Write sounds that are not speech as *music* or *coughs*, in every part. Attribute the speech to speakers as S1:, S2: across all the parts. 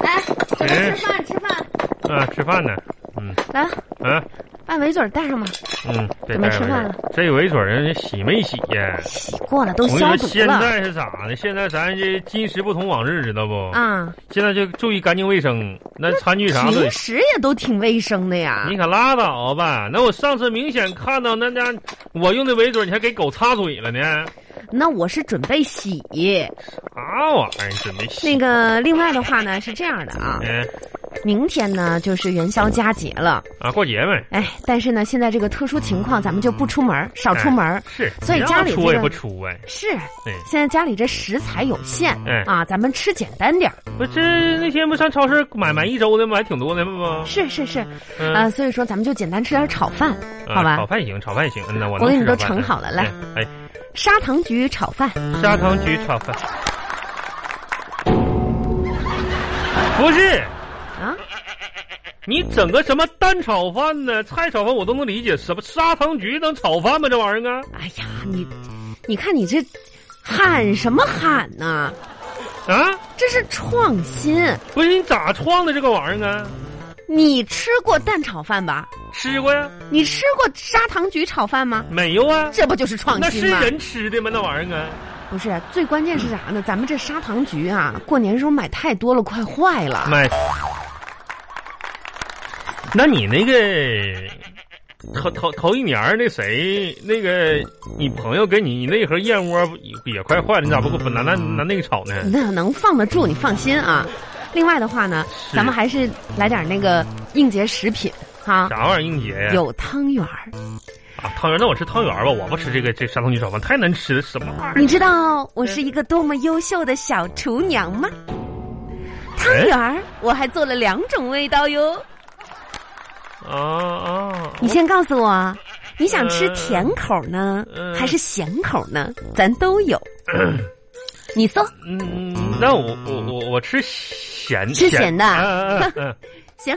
S1: 来吃饭，吃饭，
S2: 啊，吃饭呢，嗯
S1: 来，
S2: 啊，
S1: 把围嘴戴上吧。
S2: 嗯，这
S1: 准备
S2: 待
S1: 吃
S2: 会儿
S1: 饭了
S2: 这围嘴儿人洗没洗呀？
S1: 洗过了，都
S2: 我跟
S1: 消
S2: 你说，
S1: 毒
S2: 现
S1: 了。
S2: 在是咋的？现在咱这今时不同往日，知道不？
S1: 啊，
S2: 现在就注意干净卫生，那餐具啥的
S1: 平，时也都挺卫生的呀
S2: 你。可拉倒吧。那我上次明显看到那那我用的围嘴儿，你还给狗擦嘴了呢？
S1: 那我是准备洗。
S2: 啥玩意儿？准备洗？
S1: 那个，另外的话呢是这样的啊，
S2: 嗯
S1: 明天呢就是元宵佳节了，
S2: 啊，过节呗，
S1: 哎，但是呢现在这个特殊情况，咱们就不出门儿，少出门儿。
S2: 是。
S1: 所以
S2: 你
S1: 家
S2: 让
S1: 里
S2: 出
S1: 这
S2: 我也
S1: 个
S2: 不出哎，
S1: 是，
S2: 对。
S1: 现在家里这食材有限
S2: 哎
S1: 啊，咱们吃简单点儿。
S2: 不，这那天不上超市买买一周的吗？还挺多的不？
S1: 是是是，
S2: 嗯
S1: 啊，所以说咱们就简单吃点炒饭，好
S2: 啊
S1: 吧
S2: 炒？饭行，炒饭行，嗯呐，我
S1: 我
S2: 能
S1: 给你
S2: 吃
S1: 都
S2: 炒饭
S1: 盛好了来。
S2: 哎，哎
S1: 砂糖橘炒饭，
S2: 砂糖橘炒饭，不是
S1: 啊，
S2: 你整个什么蛋炒饭呢？菜炒饭我都能理解，什么砂糖橘能炒饭吗？这玩意儿啊，
S1: 哎呀，你，你看你这喊什么喊呢？
S2: 啊，
S1: 这是创新。
S2: 不是你咋创的这个玩意儿啊？
S1: 你吃过蛋炒饭吧？
S2: 吃过呀？
S1: 你吃过砂糖橘炒饭吗？
S2: 没有啊？
S1: 这不就是创
S2: 那是
S1: 新吗？
S2: 人吃的吗？那玩意儿啊？
S1: 不是，最关键是啥呢？咱们这砂糖橘啊，过年时候买太多了，快坏了。
S2: 买。那你那个头头头一年儿那谁那个你朋友给你你那盒燕窝不也也快坏了，你咋不给我拿那拿那个炒呢？
S1: 那能放得住，你放心啊。另外的话呢，
S2: 是
S1: 咱们还是来点那个应节食品哈、
S2: 啥玩意儿应节呀？
S1: 有汤圆儿。
S2: 啊汤圆，那我吃汤圆吧，我不吃这个这砂糖橘炒饭，太难吃了，什么玩意
S1: 你知道我是一个多么优秀的小厨娘吗？汤圆
S2: 哎
S1: 儿我还做了两种味道哟。
S2: 儿啊啊！
S1: 你先告诉我，你想吃甜口呢，
S2: 呃
S1: 还是咸口呢？咱都
S2: *coughs*
S1: 有。你搜
S2: 嗯，那我我我我吃咸
S1: 吃咸的
S2: 啊啊啊
S1: 行，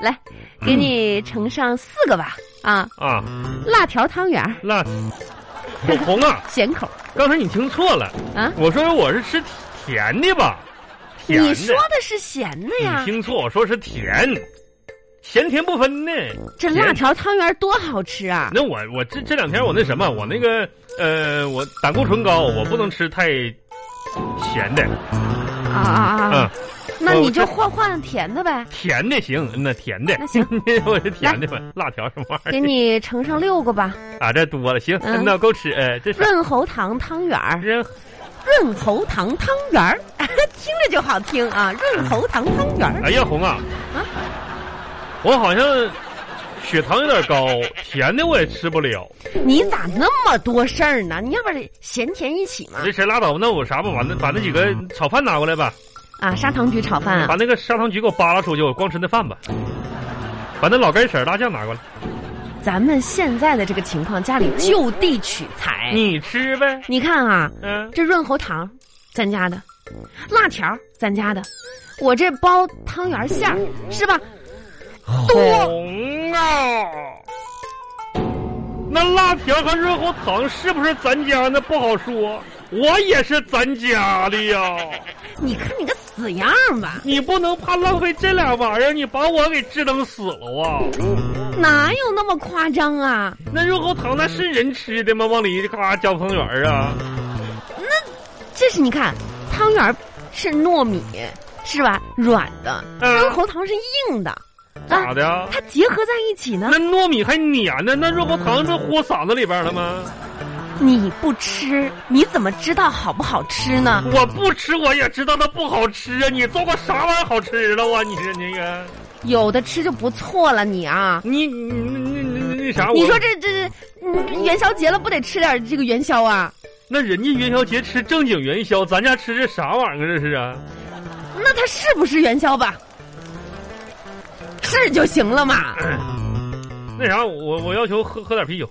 S1: 来，给你盛上四个吧。啊，
S2: 啊啊！
S1: 辣条汤圆儿，
S2: 辣，我红啊！
S1: 咸口
S2: 刚才你听错了。
S1: 啊。
S2: 我说我是吃甜的吧？甜的，
S1: 你说的是咸的
S2: 你
S1: 呀？
S2: 听错，我说是甜，咸甜不分呢。
S1: 这
S2: 甜
S1: 辣，条汤圆多好吃啊！
S2: 那我我这这两天我那什么，我那个呃，我胆固醇高，我不能吃太咸的，
S1: 啊啊
S2: 嗯
S1: 啊！，那
S2: 我
S1: 你就
S2: 这
S1: 换换甜的呗，
S2: 甜的行，嗯那甜的，
S1: 那行，
S2: *laughs* 我是甜的吧，辣条什么玩意
S1: 给
S2: 儿
S1: 你盛上六个吧。
S2: 啊？这多了，行，
S1: 嗯
S2: 那够吃，哎，这是
S1: 润喉糖汤圆儿，
S2: 人
S1: 润喉糖汤圆儿， *laughs* 听着就好听啊！润喉糖汤圆儿，
S2: 哎呀，红啊，我好像血糖有点高，甜的我也吃不了。
S1: 你咋那么多事儿呢？你要不然咸甜一起嘛？
S2: 这谁拉倒吧？那我啥吧，把那把那几个炒饭拿过来吧，
S1: 啊，砂糖橘炒饭
S2: 把
S1: 啊，
S2: 那个砂糖橘给我扒拉出去，我光吃那饭吧。把那老根婶儿辣酱拿过来，
S1: 咱们现在的这个情况，家里就地取材。
S2: 你吃呗。
S1: 你看啊，
S2: 嗯，
S1: 这润喉糖，咱家的；辣条，咱家的；我这包汤圆馅儿是吧？
S2: 红啊！那辣条和润喉糖是不是咱家那不好说，我也是咱家的呀。
S1: 你看你个死样儿吧，
S2: 你不能怕浪费这俩玩意儿，你把我给治等死了啊！
S1: 哪有那么夸张啊？
S2: 那润喉糖那是人吃的吗？往里嘎浇汤圆儿啊？
S1: 这是你看，汤圆儿是糯米是吧？软的，润
S2: 嗯，
S1: 喉糖是硬的，
S2: 咋
S1: 啊，
S2: 的啊？
S1: 它结合在一起呢
S2: 那。糯米还黏呢，那润喉糖不豁嗓子里边了吗？
S1: 你不吃，你怎么知道好不好吃呢？
S2: 我不吃，我也知道它不好吃啊！你做过啥玩意儿好吃的啊？你是那个，
S1: 有的吃就不错了，你啊。
S2: 你你你你那啥？
S1: 你
S2: 我
S1: 说这这，嗯元宵节了不得吃点这个元宵啊？
S2: 那人家元宵节吃正经元宵，咱家吃这啥玩意儿啊？这是啊？
S1: 那它是不是元宵吧？是就行了嘛，
S2: 那啥，我我要求喝喝点啤酒，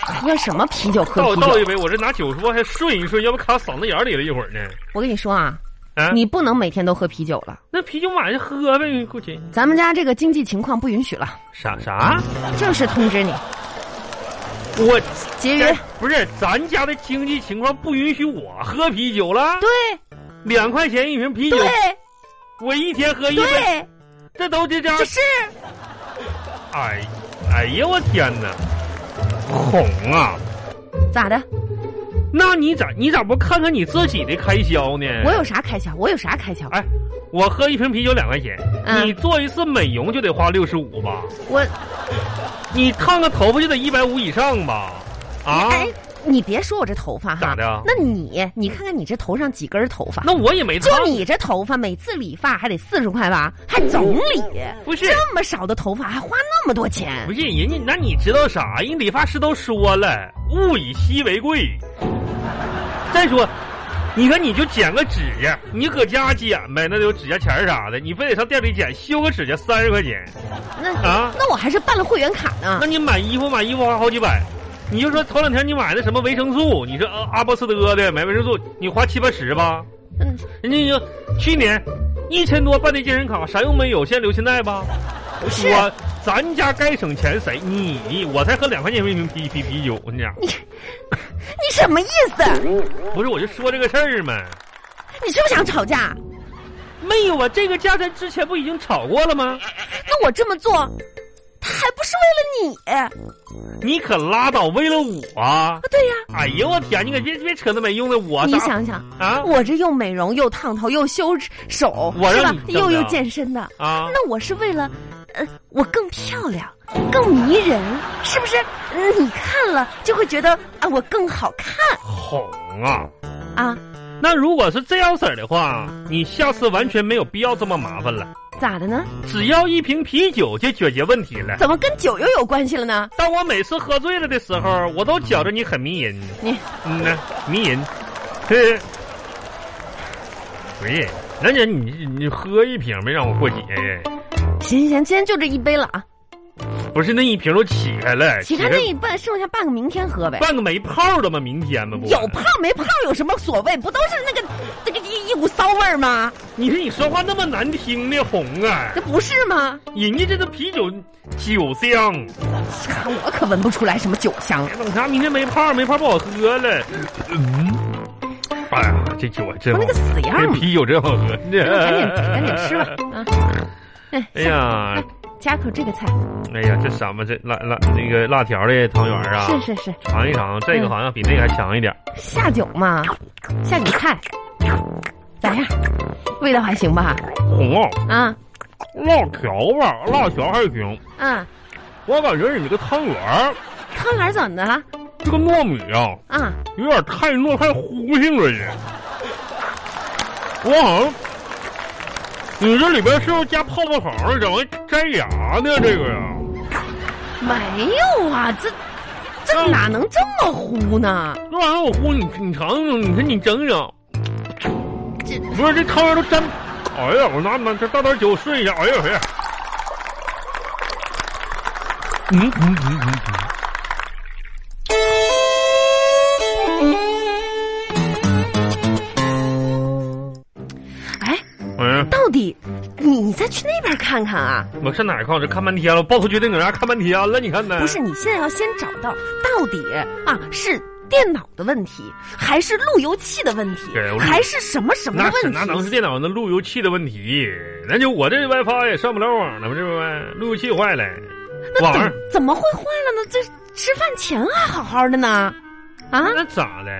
S1: 喝什么啤酒喝
S2: 倒
S1: 啤
S2: 倒
S1: 酒？
S2: 一杯，我这拿酒说还顺一顺，要不卡嗓子眼里了一会儿呢。
S1: 我跟你说啊，
S2: 啊，
S1: 你不能每天都喝啤酒了，
S2: 那啤酒买就喝呗，过去。
S1: 咱们家这个经济情况不允许了，
S2: 啥啥？
S1: 正式通知你
S2: 我
S1: 节约
S2: 哎。不是咱家的经济情况不允许我喝啤酒了。
S1: 对
S2: 两块钱一瓶啤酒
S1: 对，，
S2: 我一天喝一杯，
S1: 对，
S2: 这都这家
S1: 这，是
S2: 哎，哎呀，我天哪，哄啊！
S1: 咋的？
S2: 那你咋你咋不看看你自己的开销呢？
S1: 我有啥开销？我有啥开销？
S2: 哎，我喝一瓶啤酒两块钱，
S1: 嗯
S2: 你做一次美容就得花六十五吧？
S1: 我
S2: 你烫个头发就得一百五以上吧？啊？
S1: 哎，你别说我这头发
S2: 咋
S1: 哈
S2: 的啊，
S1: 那你你看看你这头上几根头发？
S2: 那我也没烫啊
S1: 就，你这头发，每次理发还得四十块吧，还总理，
S2: 不是
S1: 这么少的头发还花那么多钱
S2: 不？是人家，那你知道啥？人理发师都说了，物以稀为贵。再说，你看你就剪个指甲，你搁家剪呗，那有指甲钳儿啥的，你非得上店里剪，修个指甲三十块钱
S1: 那、
S2: 啊？
S1: 那我还是办了会员卡呢
S2: 那。你买衣服买衣服花好几百，你就说头两天你买的什么维生素，你说呃阿波斯德的买维生素，你花七八十吧？
S1: 嗯，
S2: 人家就去年一千多办的健身卡，啥用没有？现在留现在吧。
S1: 是
S2: 我咱家该省钱谁？你我才喝两块钱一瓶啤啤啤酒呢。
S1: 你什么意思？
S2: 不是，我就说这个事儿嘛。
S1: 你是不是想吵架？
S2: 没有啊，这个价咱之前不已经吵过了吗？
S1: 那我这么做，还不是为了你？
S2: 你可拉倒，为了我啊！
S1: 对呀、
S2: 哎呀，我天，你可别别扯那没用的，我
S1: 你
S2: 咋
S1: 想想，
S2: *laughs* 啊
S1: 我这又美容又烫头又修手，
S2: 我
S1: 是
S2: 让
S1: 吧
S2: 你？挣的
S1: 又又健身的，
S2: 啊！
S1: 那我是为了，呃，我更漂亮，更迷人，是不是？呃你看了就会觉得啊、我更好看
S2: 哄啊！
S1: 啊？
S2: 那如果是这样式儿的话，你下次完全没有必要这么麻烦了，
S1: 咋的呢？
S2: 只要一瓶啤酒就解决问题了。
S1: 怎么跟酒又有关系了呢？
S2: 当我每次喝醉了的时候，我都觉着你很迷人。
S1: 嗯你
S2: 嗯呐，迷人。嘿，不是，那姐哎你你喝一瓶没让我过节
S1: 哦
S2: 呀？
S1: 行行行，今天就这一杯了啊，
S2: 不是那一瓶都起开了，
S1: 其他那一半剩下半个明天喝呗。
S2: 半个没泡的吗？明天吗？不，
S1: 有泡。没泡有什么所谓？不都是那个那个一一股骚味儿吗？
S2: 你说你说话那么难听的红啊
S1: 这，不是吗？
S2: 人家这个啤酒酒香，
S1: 我可闻不出来什么酒香。
S2: 哎等啥明天没泡，没泡不好喝了。嗯，哎呀，这酒啊真
S1: 我
S2: 好
S1: 那个
S2: 喝，
S1: 死样
S2: 这
S1: 儿，
S2: 啤酒真好喝。赶紧
S1: 赶紧赶紧吃吧。啊！哎
S2: *laughs* 哎呀，
S1: 夹口这个菜，
S2: 哎呀，这什么这辣辣那个辣条的汤圆儿啊，
S1: 嗯是嗯是是，
S2: 尝一尝，这个好像比那个还强一点儿。
S1: 下酒嘛，下酒菜，咋样？味道还行吧？
S2: 红袄、
S1: 啊
S2: 辣条吧，辣条还行。
S1: 啊，
S2: 我感觉你这个汤圆儿，
S1: 汤圆儿怎么的了？
S2: 这个糯米啊，
S1: 啊，
S2: 有点太糯，太糊性了也。我好像，你这里边是不是加泡泡糖了？怎么粘牙呢？这个呀，
S1: 没有啊，这这哪能这么糊呢？
S2: 这玩意儿我糊，你你尝尝，你看你整整，
S1: 这
S2: 不是这汤圆都粘。哎呀，我拿拿这倒点酒顺一下。哎呀哎呀，嗯嗯嗯嗯嗯。
S1: 哎，
S2: 嗯，
S1: 到底你你再去那边看看啊？
S2: 我上哪儿看？我这看半天了，我抱头决定搁那儿看半天了。你看呢？
S1: 不是，，你现在要先找到到底啊是电脑的问题，还是路由器的问题
S2: 对我，
S1: 还是什么什么
S2: 那
S1: 的
S2: 是
S1: 问
S2: 那能是
S1: 题？
S2: 电脑那路由器的问题？那就我这 WiFi 也上不了网了，不是呗？路由器坏了，
S1: 那
S2: 网
S1: 怎么
S2: 儿
S1: 怎么会坏了呢？这吃饭前还好好的呢，
S2: *laughs*
S1: 啊？
S2: 那咋的？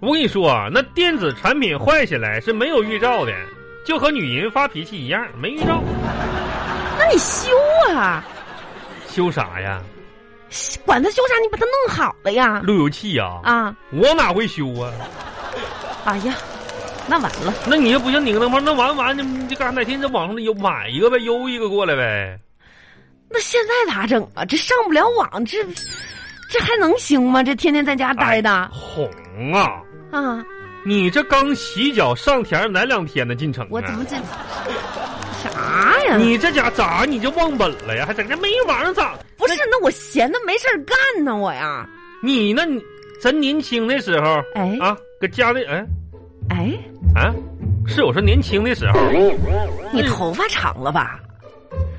S2: 我跟你说啊，那电子产品坏起来是没有预兆的，就和女人发脾气一样，没预兆。
S1: 那你修啊，
S2: 修啥呀？
S1: 管它修啥，你把它弄好了呀！
S2: 路由器呀、啊？
S1: 啊，
S2: 我哪会修啊？
S1: 哎呀，那完了，
S2: 那你要不行，拧个灯泡，那完完，你这干啥？哪天你在网上有买一个呗，邮一个过来呗。
S1: 那现在咋整啊？这上不了网，这这还能行吗？这天天在家待的、
S2: 哎红啊！
S1: 啊，
S2: 你这刚洗脚上田儿哪两天的进城啊？
S1: 我怎么这啥呀？
S2: 哎你这家咋你就忘本了呀？还整这没玩儿咋？
S1: 不是，那我闲的没事儿干呢，我呀，
S2: 你那你咱年轻的时候
S1: 哎
S2: 啊，搁家里哎
S1: 哎，
S2: 啊，是我说年轻的时候，
S1: 你头发长了吧？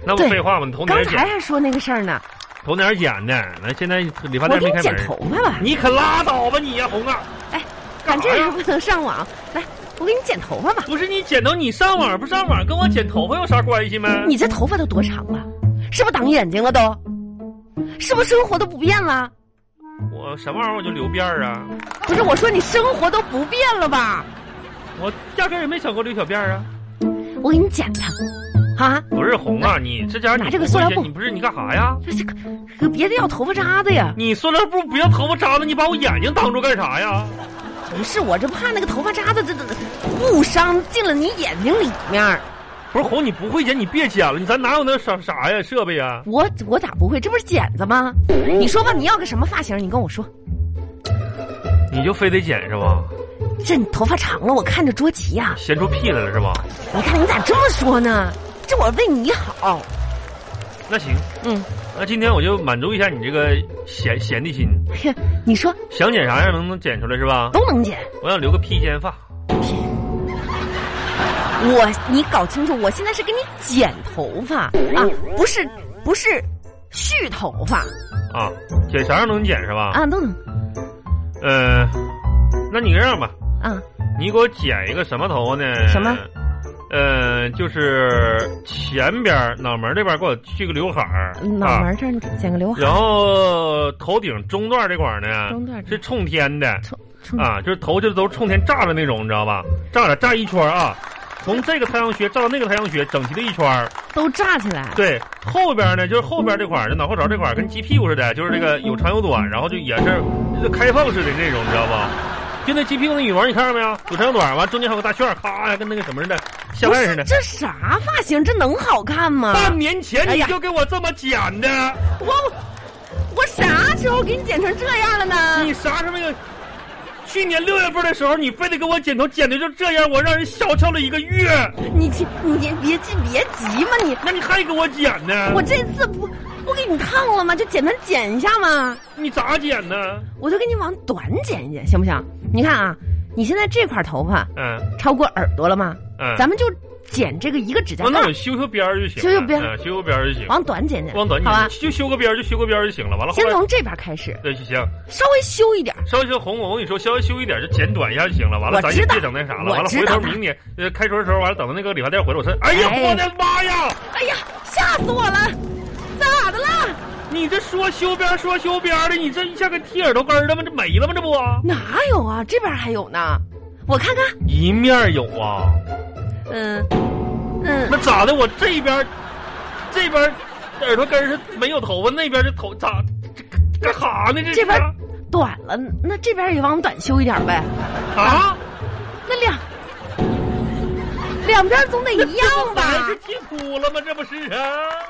S2: 那不
S1: 对
S2: 废话吗？你头
S1: 刚
S2: 年
S1: 才
S2: 剪，
S1: 还说那个事儿呢，
S2: 头年剪的，那现在理发
S1: 我
S2: 店
S1: 给
S2: 没
S1: 你
S2: 开
S1: 剪
S2: 门儿。
S1: 头发吧。
S2: 你可拉倒吧你呀、红啊！
S1: 哎，
S2: 干
S1: 俺
S2: 啥
S1: 这
S2: 呀
S1: 是不能上网，来，我给你剪头发吧。
S2: 不是你剪头，你上网不上网，跟我剪头发有啥关系吗？
S1: 你这头发都多长了？是不是挡眼睛了都？是不是生活都不变了？
S2: 我什么玩意儿我就留辫儿啊？
S1: 不是我说你生活都不变了吧？
S2: 我压根儿也没想过留小辫儿啊！
S1: 我给你剪它，啊，
S2: 不是红啊，你这家伙你
S1: 拿这个塑料布
S2: 不会剪你不是你干啥呀？
S1: 这这个可别的要头发渣子呀。
S2: 你塑料布不要头发渣子，你把我眼睛挡住干啥呀？
S1: 不是我这怕那个头发渣子这这这误伤进了你眼睛里面儿。
S2: 不是红，你不会剪，你别剪了，你咱哪有那啥啥呀设备啊呀？
S1: 我我咋不会？这不是剪子吗？你说吧，你要个什么发型？你跟我说。
S2: 你就非得剪是吧？
S1: 这你头发长了，我看着着急呀、
S2: 闲出屁来了是吧？
S1: 你看你咋这么说呢？这我为你好。
S2: 那行，
S1: 嗯，
S2: 那今天我就满足一下你这个闲闲的心，
S1: 哎呀， *laughs* 你说
S2: 想剪啥样能能剪出来是吧？
S1: 都能剪。
S2: 我想留个披肩发，
S1: 我，你搞清楚，我现在是给你剪头发啊，不是不是蓄头发
S2: 啊，剪啥样能剪是吧？
S1: 啊，都能
S2: 呃，那你这样吧，
S1: 啊，
S2: 你给我剪一个什么头发呢？
S1: 什么？
S2: 呃，就是前边儿脑门儿这边儿给我去个刘海儿，
S1: 脑
S2: 啊
S1: 门这儿你剪个刘海，
S2: 然后头顶中段这块儿呢，
S1: 中段这嗯
S2: 是冲天的
S1: 冲冲
S2: 啊，就是头就是都是冲天炸的那种，你知道吧？炸了炸一圈儿啊，从这个太阳穴炸到那个太阳穴，整齐的一圈儿。
S1: 都炸起来，
S2: 对，后边呢就是后边这块儿，就脑后勺这块儿跟鸡屁股似的，就是这个有长有短，然后就也是开放式的那种，你知道吧？就那鸡屁股那羽毛，你看到没有？有长有短，完中间还有个大旋儿，咔，跟那个什么似的，下
S1: 不
S2: 蛋似
S1: 是
S2: 的。啊
S1: 这啥发型？这能好看吗？
S2: 半年前
S1: 哎
S2: 你
S1: 呀
S2: 就给我这么剪的，
S1: 我我啥时候给你剪成这样了呢？
S2: 你啥时候有？去年六月份的时候，你非得给我剪头，剪的就这样，我让人笑笑了一个月。
S1: 你去你别别急别急嘛你，
S2: 那你还给我剪呢？
S1: 我这次不不给你烫了吗？就简单剪一下嘛。
S2: 你咋剪呢？
S1: 我就给你往短剪一剪，行不行？你看啊，你现在这块头发
S2: 嗯
S1: 超过耳朵了吗？
S2: 嗯，
S1: 咱们就剪这个一个指甲
S2: 完
S1: 盖
S2: 那
S1: 儿
S2: 我，修修边儿就行了，
S1: 修修边儿
S2: 嗯修修边儿就行。
S1: 往短剪剪，
S2: 光短
S1: 好吧？
S2: 就修个边儿就修个边儿就行了。完了后
S1: 先
S2: 来
S1: 从这边开始，
S2: 对行，
S1: 稍微修一点儿。
S2: 稍微修红，我跟你说，稍微修一点就剪短一下就行了。完了
S1: 我
S2: 咱
S1: 知
S2: 也
S1: 道
S2: 别整那啥了。
S1: 我
S2: 完了
S1: 知
S2: 回
S1: 道
S2: 头
S1: 的
S2: 明年呃开春的时候，完了等到那个理发店回来，我说，哎呀
S1: 哎
S2: 我的妈呀！
S1: 哎呀，吓死我了！咋的啦？
S2: 你这说修边儿说修边儿的，你这一下跟贴耳朵根儿的吗？这没了吗？这不
S1: 哪有啊？这边还有呢，我看看，
S2: 一面儿有啊？
S1: 嗯嗯，
S2: 那咋的？我这边儿这边儿耳朵根儿是没有头发，那边儿这头咋这干哈呢？这
S1: 这边
S2: 是
S1: 短了，那这边也往短修一点儿呗。
S2: 啊，
S1: 那两两边总得一样吧？
S2: *laughs* 这不是剃秃了吗？这不是啊？